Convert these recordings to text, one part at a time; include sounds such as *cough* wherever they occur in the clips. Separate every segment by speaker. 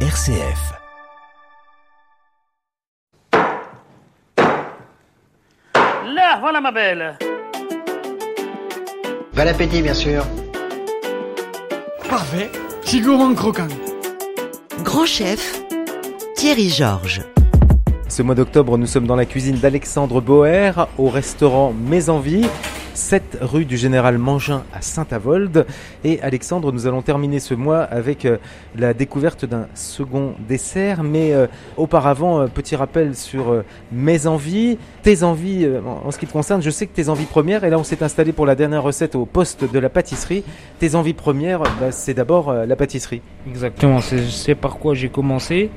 Speaker 1: RCF.
Speaker 2: Là, voilà ma belle.
Speaker 3: Bon appétit, bien sûr.
Speaker 4: Parfait, c'est gourmand croquant.
Speaker 5: Grand chef, Thierry Georges.
Speaker 6: Ce mois d'octobre, nous sommes dans la cuisine d'Alexandre Boer au restaurant Mes Envies. 7 rue du Général Mangin à Saint-Avold. Et Alexandre, nous allons terminer ce mois avec euh, la découverte d'un second dessert. Mais euh, auparavant, euh, petit rappel sur euh, mes envies, tes envies euh, en en ce qui te concerne. Je sais que tes envies premières, et là on s'est installé pour la dernière recette au poste de la pâtisserie, tes envies premières, bah, c'est d'abord euh, la pâtisserie.
Speaker 7: Exactement, c'est c'est par quoi j'ai commencé.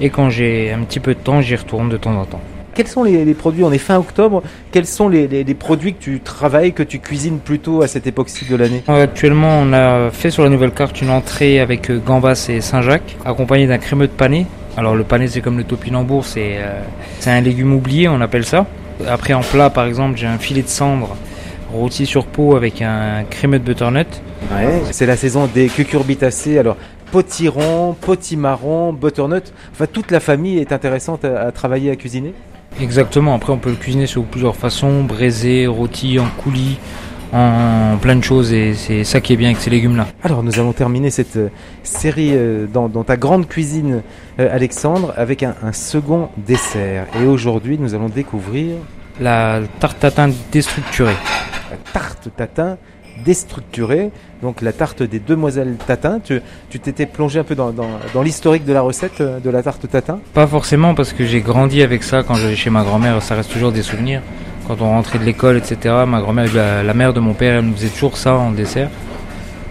Speaker 7: Et quand j'ai un petit peu de temps, j'y retourne de temps en temps.
Speaker 6: Quels sont les, les produits On est fin octobre. Quels sont les, les- les produits que tu travailles, que tu cuisines plutôt à cette époque-ci de l'année
Speaker 7: Euh, Actuellement, on a fait sur la nouvelle carte une entrée avec euh, gambas et Saint-Jacques, accompagnée d'un crémeux de panais. Alors le panais, c'est comme le topinambour, c'est euh, c'est un légume oublié, on appelle ça. Après, en plat, par exemple, j'ai un filet de cendre rôti sur peau avec un crémeux de butternut.
Speaker 6: C'est la saison des cucurbitacées. Alors, potiron, potimarron, butternut. Enfin, toute la famille est intéressante à, à travailler, à cuisiner.
Speaker 7: Exactement, après on peut le cuisiner sous plusieurs façons, braisé, rôti, en coulis, en plein de choses, et c'est ça qui est bien avec ces légumes-là.
Speaker 6: Alors, nous allons terminer cette euh, série euh, dans, dans ta grande cuisine, euh, Alexandre, avec un, un second dessert. Et aujourd'hui, nous allons découvrir
Speaker 7: La tarte tatin déstructurée.
Speaker 6: la tarte tatin déstructurée, donc la tarte des demoiselles tatin. Tu tu t'étais plongé un peu dans, dans- dans l'historique de la recette euh, de la tarte tatin.
Speaker 7: Pas forcément parce que j'ai grandi avec ça quand j'allais chez ma grand-mère, ça reste toujours des souvenirs. Quand on rentrait de l'école, etc., ma grand-mère, euh, la, la mère de mon père, elle nous faisait toujours ça en dessert.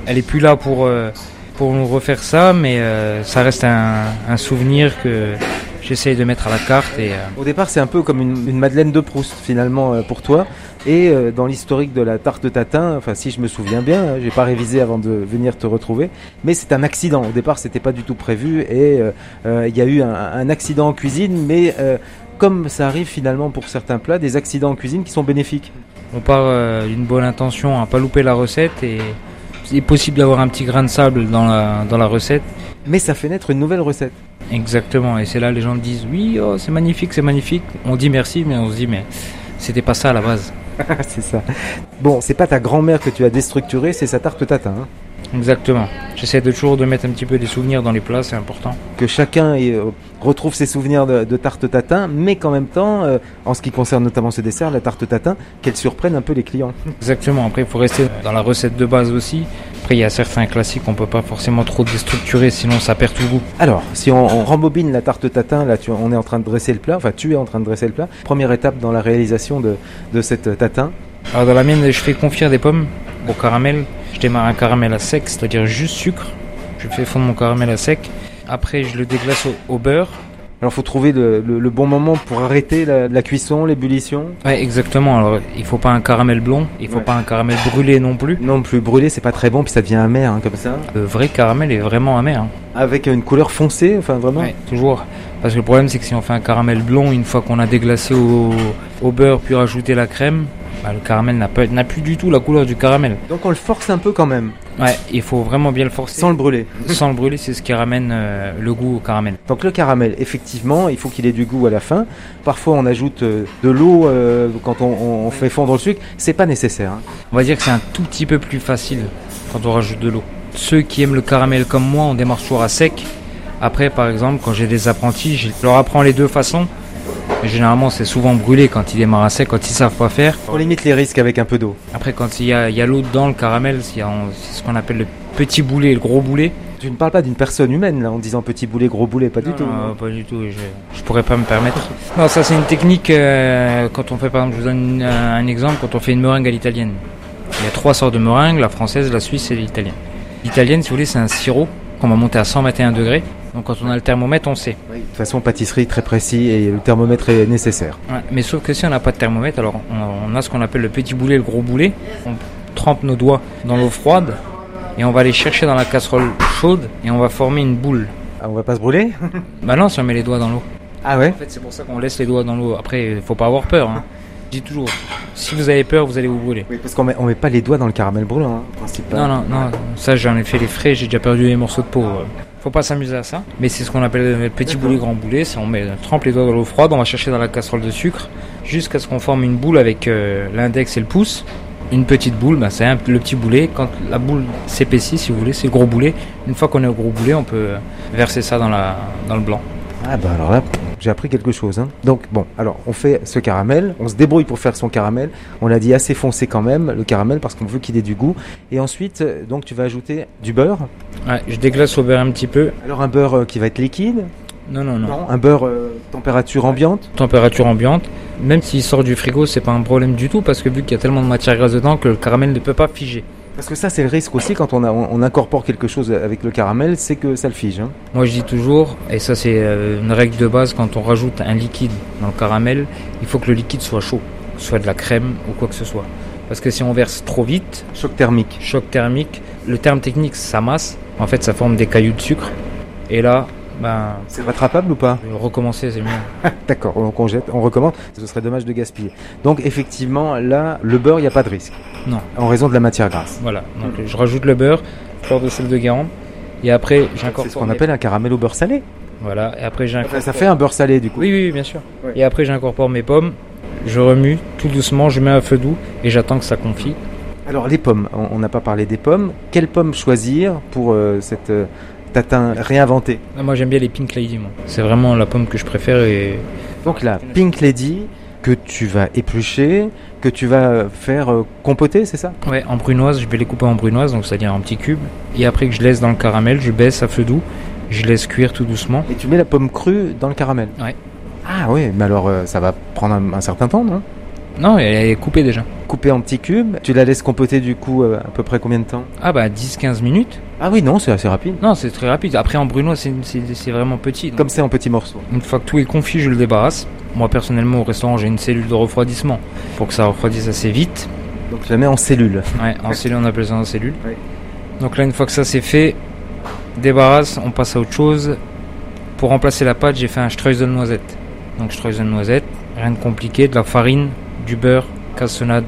Speaker 7: Elle est plus là pour, euh, pour nous refaire ça, mais euh, ça reste un, un souvenir que j'essaye de mettre à la carte et... euh,
Speaker 6: Au départ, c'est un peu comme une, une Madeleine de Proust finalement euh, pour toi. Et euh, dans l'historique de la tarte tatin, enfin si je me souviens bien, hein, j'ai pas révisé avant de venir te retrouver, mais c'est un accident. Au départ, c'était pas du tout prévu et euh, euh, il y a eu un, un accident en cuisine, mais euh, comme ça arrive finalement pour certains plats, des accidents en cuisine qui sont bénéfiques.
Speaker 7: On part euh, d'une bonne intention à pas louper la recette et il est possible d'avoir un petit grain de sable dans la, dans la recette.
Speaker 6: Mais ça fait naître une nouvelle recette.
Speaker 7: Exactement, et c'est là les gens disent oui, oh, c'est magnifique, c'est magnifique. On dit merci, mais on se dit mais c'était pas ça à la base.
Speaker 6: c'est ça. Bon, c'est pas ta grand-mère que tu as déstructurée, c'est sa tarte tatin. hein.
Speaker 7: Exactement. J'essaie de toujours de mettre un petit peu des souvenirs dans les plats, c'est important.
Speaker 6: que chacun ait, euh, retrouve ses souvenirs de, de tarte tatin, mais qu'en même temps, euh, en ce qui concerne notamment ce dessert, la tarte tatin, qu'elle surprenne un peu les clients.
Speaker 7: Exactement, après il faut rester dans la recette de base aussi. Après il y a certains classiques qu'on peut pas forcément trop déstructurer, sinon ça perd tout goût.
Speaker 6: Alors, si on, on rembobine la tarte tatin, là, tu- on est en train de dresser le plat, enfin, tu es en train de dresser le plat. Première étape dans la réalisation de, de cette tatin.
Speaker 7: Alors dans la mienne, je fais confire des pommes au caramel. Je démarre un caramel à sec, c'est-à-dire juste sucre. Je fais fondre mon caramel à sec. Après, je le déglace au, au beurre.
Speaker 6: Alors, faut trouver le, le- le bon moment pour arrêter la, la cuisson, l'ébullition.
Speaker 7: Ouais, exactement. Alors, il faut pas un caramel blond, il faut
Speaker 6: Ouais.
Speaker 7: pas un caramel brûlé non plus.
Speaker 6: Non plus brûler, c'est pas très bon, puis ça devient amer, hein, comme ça.
Speaker 7: Le vrai caramel est vraiment amer. hein.
Speaker 6: Avec une couleur foncée, enfin, vraiment.
Speaker 7: Ouais, toujours. Parce que le problème, c'est que si on fait un caramel blond, une fois qu'on a déglacé au, au beurre puis rajouté la crème, bah, le caramel n'a pas- n'a plus du tout la couleur du caramel.
Speaker 6: Donc, on le force un peu quand même,
Speaker 7: Ouais, il faut vraiment bien le forcer.
Speaker 6: sans le brûler.
Speaker 7: *laughs* Sans le brûler, c'est ce qui ramène euh, le goût au caramel.
Speaker 6: Donc le caramel, effectivement, il faut qu'il ait du goût à la fin. Parfois, on ajoute euh, de l'eau euh, quand on, on- on fait fondre le sucre. C'est pas nécessaire. hein.
Speaker 7: On va dire que c'est un tout petit peu plus facile quand on rajoute de l'eau. Ceux qui aiment le caramel comme moi, on démarre toujours à sec. Après, par exemple, quand j'ai des apprentis, je leur apprends les deux façons. Et Généralement, c'est souvent brûlé quand ils démarrent à sec, quand ils savent pas faire.
Speaker 6: On limite les risques avec un peu d'eau.
Speaker 7: Après, quand il y a, il y a l'eau dedans, le caramel, il y a- on- c'est ce qu'on appelle le petit boulet et le gros boulet.
Speaker 6: Tu ne parles pas d'une personne humaine là en disant petit boulet, gros boulet, pas du
Speaker 7: Non,
Speaker 6: tout.
Speaker 7: non, pas du tout, je, je pourrais pas me permettre. Non, ça c'est une technique euh, quand on fait, par exemple, je vous donne une- euh, un, un exemple, quand on fait une meringue à l'italienne. Il y a trois sortes de meringue, la française, la suisse et l'italienne. L'italienne, si vous voulez, c'est un sirop qu'on va monter à 121 degrés. Donc quand on a le thermomètre, on sait.
Speaker 6: De toute façon, pâtisserie très précis et le thermomètre est nécessaire.
Speaker 7: Ouais, mais sauf que si on n'a pas de thermomètre, alors on, on a ce qu'on appelle le petit boulet, le gros boulet. On trempe nos doigts dans l'eau froide et on va les chercher dans la casserole chaude et on va former une boule.
Speaker 6: Ah, on va pas se brûler
Speaker 7: Bah non, si on met les doigts dans l'eau.
Speaker 6: Ah ouais
Speaker 7: En fait, c'est pour ça qu'on laisse les doigts dans l'eau. Après, faut pas avoir peur. hein. Je dis toujours, si vous avez peur, vous allez vous brûler.
Speaker 6: Oui, parce qu'on met, on met pas les doigts dans le caramel brûlant, hein, principalement.
Speaker 7: Non, non, non, ça j'en ai fait les frais, j'ai déjà perdu les morceaux de peau. euh. Faut pas s'amuser à ça, mais c'est ce qu'on appelle euh, petit boulet, grand boulet, c'est on met, on trempe les doigts dans l'eau froide, on va chercher dans la casserole de sucre, jusqu'à ce qu'on forme une boule avec euh, l'index et le pouce. Une petite boule, bah, c'est un- le petit boulet. Quand la boule s'épaissit, si vous voulez, c'est le gros boulet. Une fois qu'on est au gros boulet, on peut euh, verser ça dans, la, dans le blanc.
Speaker 6: Ah bah alors là, j'ai appris quelque chose. hein. Donc bon, alors on fait ce caramel, on se débrouille pour faire son caramel. On l'a dit assez foncé quand même, le caramel, parce qu'on veut qu'il ait du goût. Et ensuite, euh, donc tu vas ajouter du beurre.
Speaker 7: Ouais, je déglace au beurre un petit peu.
Speaker 6: Alors un beurre euh, qui va être liquide,
Speaker 7: Non, non, non.
Speaker 6: un beurre euh, température ambiante.
Speaker 7: température ambiante. Même s'il sort du frigo, c'est pas un problème du tout parce que vu qu'il y a tellement de matière grasse dedans que le caramel ne peut pas figer.
Speaker 6: Parce que ça, c'est le risque aussi quand on, a- on- on incorpore quelque chose euh, avec le caramel, c'est que ça le fige. hein.
Speaker 7: Moi je dis toujours, et ça c'est euh, une règle de base, quand on rajoute un liquide dans le caramel, il faut que le liquide soit chaud, que ce soit de la crème ou quoi que ce soit. Parce que si on verse trop vite,
Speaker 6: Choc thermique.
Speaker 7: choc thermique, le terme technique ça masse, en fait ça forme des cailloux de sucre. Et là, ben,
Speaker 6: C'est rattrapable ou pas
Speaker 7: recommencer c'est mieux.
Speaker 6: D'accord, donc on jette, on recommande, ce serait dommage de gaspiller. Donc effectivement, là, le beurre, il n'y a pas de risque.
Speaker 7: Non.
Speaker 6: En raison de la matière grasse.
Speaker 7: Voilà, donc je rajoute le beurre, beurre de sel de Guérande, et après j'incorpore.
Speaker 6: C'est ce qu'on
Speaker 7: mes-
Speaker 6: appelle un caramel au beurre salé.
Speaker 7: Voilà, et après j'incorpore.
Speaker 6: Ça fait un beurre salé du coup.
Speaker 7: Oui, oui, oui, bien sûr.
Speaker 6: Ouais.
Speaker 7: Et après, j'incorpore mes pommes, je remue tout doucement, je mets à feu doux et j'attends que ça confie.
Speaker 6: Alors les pommes, on on n'a pas parlé des pommes. Quelles pommes choisir pour euh, cette euh, tatin réinventé
Speaker 7: Ah, moi, j'aime bien les Pink Lady, moi. C'est vraiment la pomme que je préfère et
Speaker 6: Donc la Pink Lady que tu vas éplucher, que tu vas euh, faire euh, compoter, c'est ça
Speaker 7: ouais, en brunoise, je vais les couper en brunoise, donc c'est-à-dire en petits cubes. Et après que je laisse dans le caramel, je baisse à feu doux, je laisse cuire tout doucement.
Speaker 6: Et tu mets la pomme crue dans le caramel.
Speaker 7: Ouais.
Speaker 6: Ah oui, mais alors euh, ça va prendre un, un certain temps, non
Speaker 7: Non, elle est coupée déjà.
Speaker 6: Coupée en petits cubes, tu la laisses compoter du coup euh, à peu près combien de temps
Speaker 7: Ah bah 10-15 minutes
Speaker 6: Ah oui, non, c'est assez rapide.
Speaker 7: Non, c'est très rapide. Après, en brunoise, c'est- c'est c'est vraiment petit. donc-
Speaker 6: Comme c'est en petits morceaux.
Speaker 7: Une fois que tout est confit, je le débarrasse. Moi, personnellement, au restaurant, j'ai une cellule de refroidissement pour que ça refroidisse assez vite.
Speaker 6: Donc tu la mets en cellule.
Speaker 7: Ouais, en cellule, on appelle ça en cellule.
Speaker 6: Ouais.
Speaker 7: Donc là, une fois que ça c'est fait, débarrasse, on passe à autre chose. Pour remplacer la pâte, j'ai fait un streusel noisette. Donc streusel noisette, rien de compliqué, de la farine, du beurre, cassonade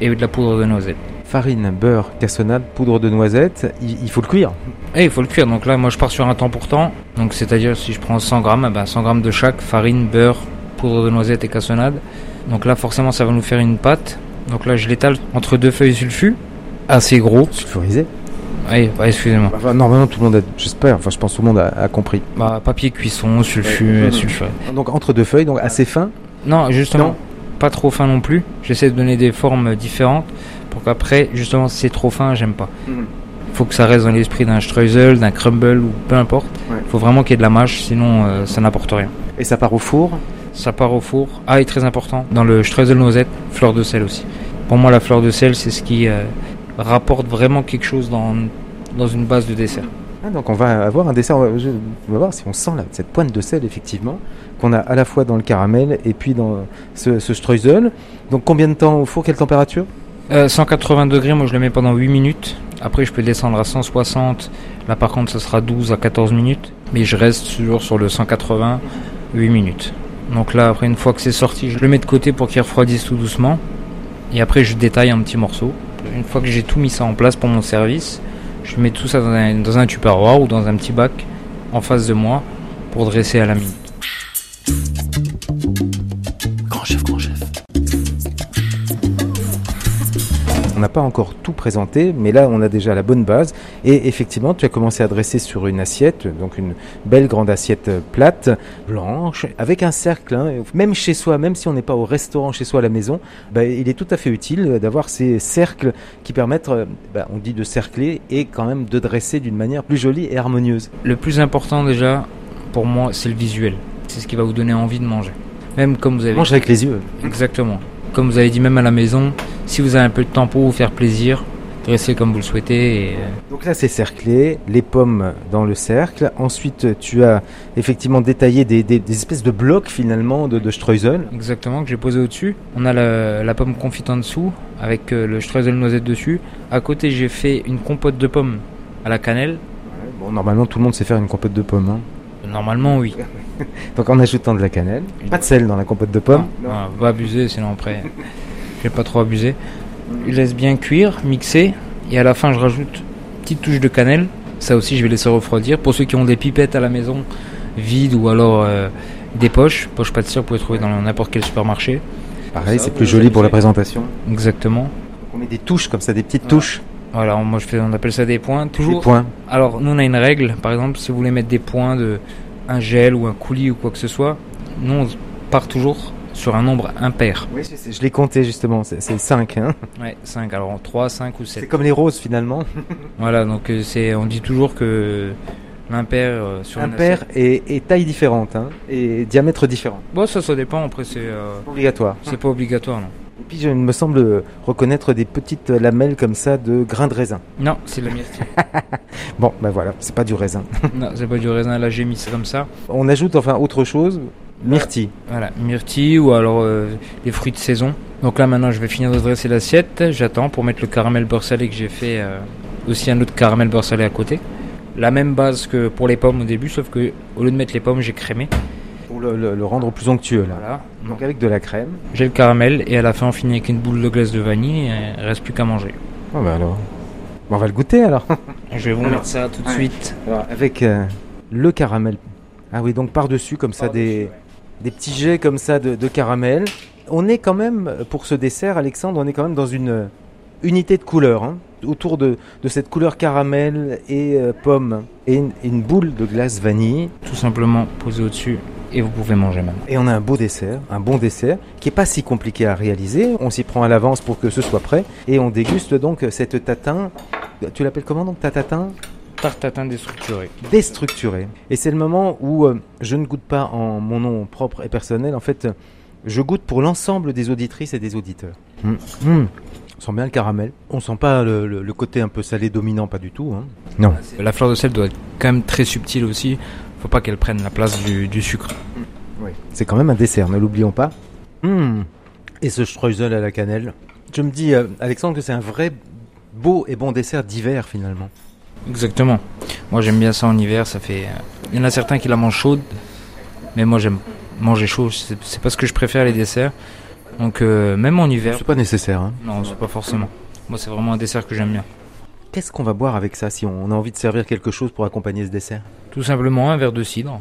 Speaker 7: et de la poudre de noisette.
Speaker 6: Farine, beurre, cassonade, poudre de noisette, il, il faut le cuire.
Speaker 7: Et il faut le cuire, donc là, moi je pars sur un temps pour temps. Donc c'est-à-dire, si je prends 100 grammes, eh ben 100 grammes de chaque, farine, beurre, poudre de noisette et cassonade. Donc là, forcément, ça va nous faire une pâte. Donc là, je l'étale entre deux feuilles sulfu, assez gros.
Speaker 6: Sulfurisé.
Speaker 7: Allez, ouais, excusez-moi.
Speaker 6: Enfin, normalement, tout le monde a, j'espère, enfin, je pense que tout le monde a, a compris.
Speaker 7: Bah, papier cuisson, sulfu,
Speaker 6: Ouais.
Speaker 7: sulfuré.
Speaker 6: Donc, entre deux feuilles, donc assez fin.
Speaker 7: Non, justement,
Speaker 6: Non.
Speaker 7: pas trop fin non plus. J'essaie de donner des formes différentes pour qu'après, justement, si c'est trop fin, j'aime pas.
Speaker 6: Mhm.
Speaker 7: Faut que ça reste dans l'esprit d'un streusel, d'un crumble ou peu importe.
Speaker 6: Ouais.
Speaker 7: Faut vraiment qu'il y ait de la mâche, sinon euh, ça n'apporte rien.
Speaker 6: Et ça part au four.
Speaker 7: Ça part au four. Ah, et très important, dans le streusel noisette, fleur de sel aussi. Pour moi, la fleur de sel, c'est ce qui euh, rapporte vraiment quelque chose dans, dans une base de dessert.
Speaker 6: Ah, donc, on va avoir un dessert. On va, je- on va voir si on sent là, cette pointe de sel, effectivement, qu'on a à la fois dans le caramel et puis dans ce, ce streusel. Donc, combien de temps au four Quelle température
Speaker 7: Euh, 180 degrés, moi je le mets pendant 8 minutes. Après, je peux descendre à 160. Là, par contre, ce sera 12 à 14 minutes. Mais je reste toujours sur le 180, 8 minutes. Donc là, après, une fois que c'est sorti, je le mets de côté pour qu'il refroidisse tout doucement. Et après, je détaille un petit morceau. Une fois que j'ai tout mis ça en place pour mon service, je mets tout ça dans un, dans un tupperware ou dans un petit bac en face de moi pour dresser à la minute.
Speaker 4: Grand chef, grand chef.
Speaker 6: On n'a pas encore tout présenté, mais là, on a déjà la bonne base. Et effectivement, tu as commencé à dresser sur une assiette, donc une belle grande assiette euh, plate, blanche, avec un cercle. hein. Même chez soi, même si on n'est pas au restaurant, chez soi à la maison, bah, il est tout à fait utile euh, d'avoir ces cercles qui permettent, euh, bah, on dit de cercler et quand même de dresser d'une manière plus jolie et harmonieuse.
Speaker 7: Le plus important déjà, pour moi, c'est le visuel. C'est ce qui va vous donner envie de manger. Même comme vous avez
Speaker 6: Mange avec les yeux.
Speaker 7: Exactement. Comme vous avez dit, même à la maison, si vous avez un peu de temps pour vous faire plaisir, dressez comme vous le souhaitez. Et... euh,
Speaker 6: Donc là, c'est cerclé, les pommes dans le cercle. Ensuite, tu as effectivement détaillé des, des- des espèces de blocs finalement de, de streusel.
Speaker 7: Exactement, que j'ai posé au-dessus. On a la, la pomme confite en dessous, avec euh, le streusel noisette dessus. À côté, j'ai fait une compote de pommes à la cannelle.
Speaker 6: Bon, normalement, tout le monde sait faire une compote de pommes. hein.
Speaker 7: Normalement, oui.
Speaker 6: Donc en ajoutant de la cannelle, pas de sel dans la compote de pommes.
Speaker 7: Voilà, faut pas Ah, abuser, sinon après, je vais pas trop abuser. Je laisse bien cuire, mixer, et à la fin, je rajoute une petite touche de cannelle. Ça aussi, je vais laisser refroidir. Pour ceux qui ont des pipettes à la maison, vides ou alors euh, des poches, poches pâtissières, vous pouvez trouver dans n'importe quel supermarché.
Speaker 6: Pareil,
Speaker 7: Ça,
Speaker 6: c'est
Speaker 7: vous
Speaker 6: plus
Speaker 7: les
Speaker 6: joli pour la
Speaker 7: ajoutez.
Speaker 6: présentation.
Speaker 7: Exactement.
Speaker 6: On met des touches comme ça, des petites touches,
Speaker 7: Voilà, on- moi je fais, on appelle ça des points.
Speaker 6: des
Speaker 7: Toujours.
Speaker 6: points.
Speaker 7: Alors, nous on a une règle. Par exemple, si vous voulez mettre des points de un gel ou un coulis ou quoi que ce soit, nous on part toujours sur un nombre impair.
Speaker 6: Oui, je, l'ai compté justement, c'est 5.
Speaker 7: Ouais, 5. Alors 3, 5 ou 7.
Speaker 6: C'est comme les roses finalement.
Speaker 7: Voilà, donc euh, c'est, on dit toujours que l'impair euh, sur une
Speaker 6: Impair
Speaker 7: assiette-
Speaker 6: et, et taille différente, hein, et diamètre différent.
Speaker 7: Bon, ça, ça dépend. Après, c'est, euh,
Speaker 6: Obligatoire.
Speaker 7: c'est pas obligatoire, non.
Speaker 6: Et puis je il me semble reconnaître des petites lamelles comme ça de grains de raisin.
Speaker 7: Non, c'est de la miette.
Speaker 6: Bon, ben voilà, c'est pas du raisin.
Speaker 7: *laughs* non, c'est pas du raisin. Là, j'ai mis ça comme ça.
Speaker 6: On ajoute enfin autre chose, myrtille.
Speaker 7: Voilà, myrtille ou alors euh, les fruits de saison. Donc là maintenant je vais finir de dresser l'assiette, j'attends pour mettre le caramel beurre salé que j'ai fait, euh, aussi un autre caramel beurre salé à côté. La même base que pour les pommes au début, sauf que au lieu de mettre les pommes j'ai crémé.
Speaker 6: Pour le, le- le rendre plus onctueux là.
Speaker 7: Voilà, donc
Speaker 6: Donc avec de la crème.
Speaker 7: j'ai le caramel et à la fin on finit avec une boule de glace de vanille et il reste plus qu'à manger.
Speaker 6: Ah bah alors. Bon, on va le goûter alors.
Speaker 7: Je vais vous
Speaker 6: Alors,
Speaker 7: mettre ça tout de
Speaker 6: ouais.
Speaker 7: suite.
Speaker 6: *laughs* Alors, avec euh, le caramel. Ah oui, donc par-dessus, comme ça,
Speaker 7: Par-dessus,
Speaker 6: des,
Speaker 7: ouais.
Speaker 6: des petits jets comme ça de, de caramel. On est quand même, pour ce dessert, Alexandre, on est quand même dans une euh, unité de couleur. hein, autour de, de cette couleur caramel et euh, pomme. Et une, et une boule de glace vanille.
Speaker 7: Tout simplement poser au-dessus et vous pouvez manger maintenant.
Speaker 6: Et on a un beau dessert, un bon dessert, qui est pas si compliqué à réaliser. On s'y prend à l'avance pour que ce soit prêt. Et on déguste donc cette tatin. Tu l'appelles comment donc ta tatin
Speaker 7: Tarte tatin déstructurée.
Speaker 6: déstructuré. Et c'est le moment où euh, je ne goûte pas en mon nom propre et personnel. En fait, euh, je goûte pour l'ensemble des auditrices et des auditeurs. Mm. Mm. On sent bien le caramel. On sent pas le, le- le côté un peu salé dominant, pas du tout. hein. Non.
Speaker 7: La fleur de sel doit être quand même très subtile aussi, faut pas qu'elle prenne la place du, du sucre.
Speaker 6: C'est quand même un dessert, ne l'oublions pas. Mm. Et ce streusel à la cannelle. Je me dis, euh, Alexandre, que c'est un vrai beau et bon dessert d'hiver finalement.
Speaker 7: Exactement. Moi j'aime bien ça en hiver, ça fait. euh, Il y en a certains qui la mangent chaude, mais moi j'aime manger chaud. C'est c'est pas ce que je préfère les desserts. Donc euh, même en hiver,
Speaker 6: C'est pas nécessaire. hein.
Speaker 7: non, c'est pas forcément. Moi c'est vraiment un dessert que j'aime bien.
Speaker 6: Qu'est-ce qu'on va boire avec ça si on a envie de servir quelque chose pour accompagner ce dessert
Speaker 7: Tout simplement un verre de cidre.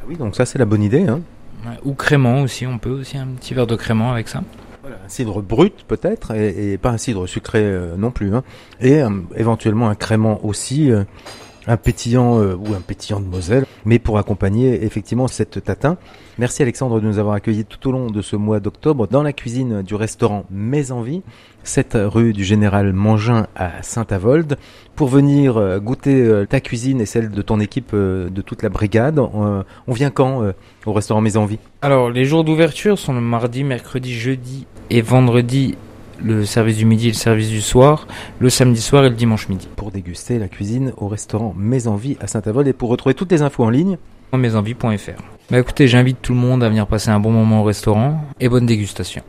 Speaker 6: Ah Oui, donc ça c'est la bonne idée. hein.
Speaker 7: Ouais, Ou crément aussi, on peut aussi un petit verre de crément avec ça.
Speaker 6: Un cidre brut peut-être, et, et pas un cidre sucré euh, non plus, hein. et euh, éventuellement un crément aussi, euh, un pétillant euh, ou un pétillant de Moselle, mais pour accompagner effectivement cette tatin. Merci Alexandre de nous avoir accueillis tout au long de ce mois d'octobre dans la cuisine du restaurant Mes Envies, cette rue du Général Mangin à Saint-Avold, pour venir euh, goûter euh, ta cuisine et celle de ton équipe, euh, de toute la brigade. On, on vient quand euh, au restaurant Mes Envies
Speaker 7: Alors les jours d'ouverture sont le mardi, mercredi, jeudi et vendredi. Le service du midi et le service du soir, le samedi soir et le dimanche midi.
Speaker 6: pour déguster la cuisine au restaurant Mes Envies à Saint-Avold et pour retrouver toutes les infos en ligne.
Speaker 7: Mesenvies.fr. Bah écoutez, j'invite tout le monde à venir passer un bon moment au restaurant et bonne dégustation.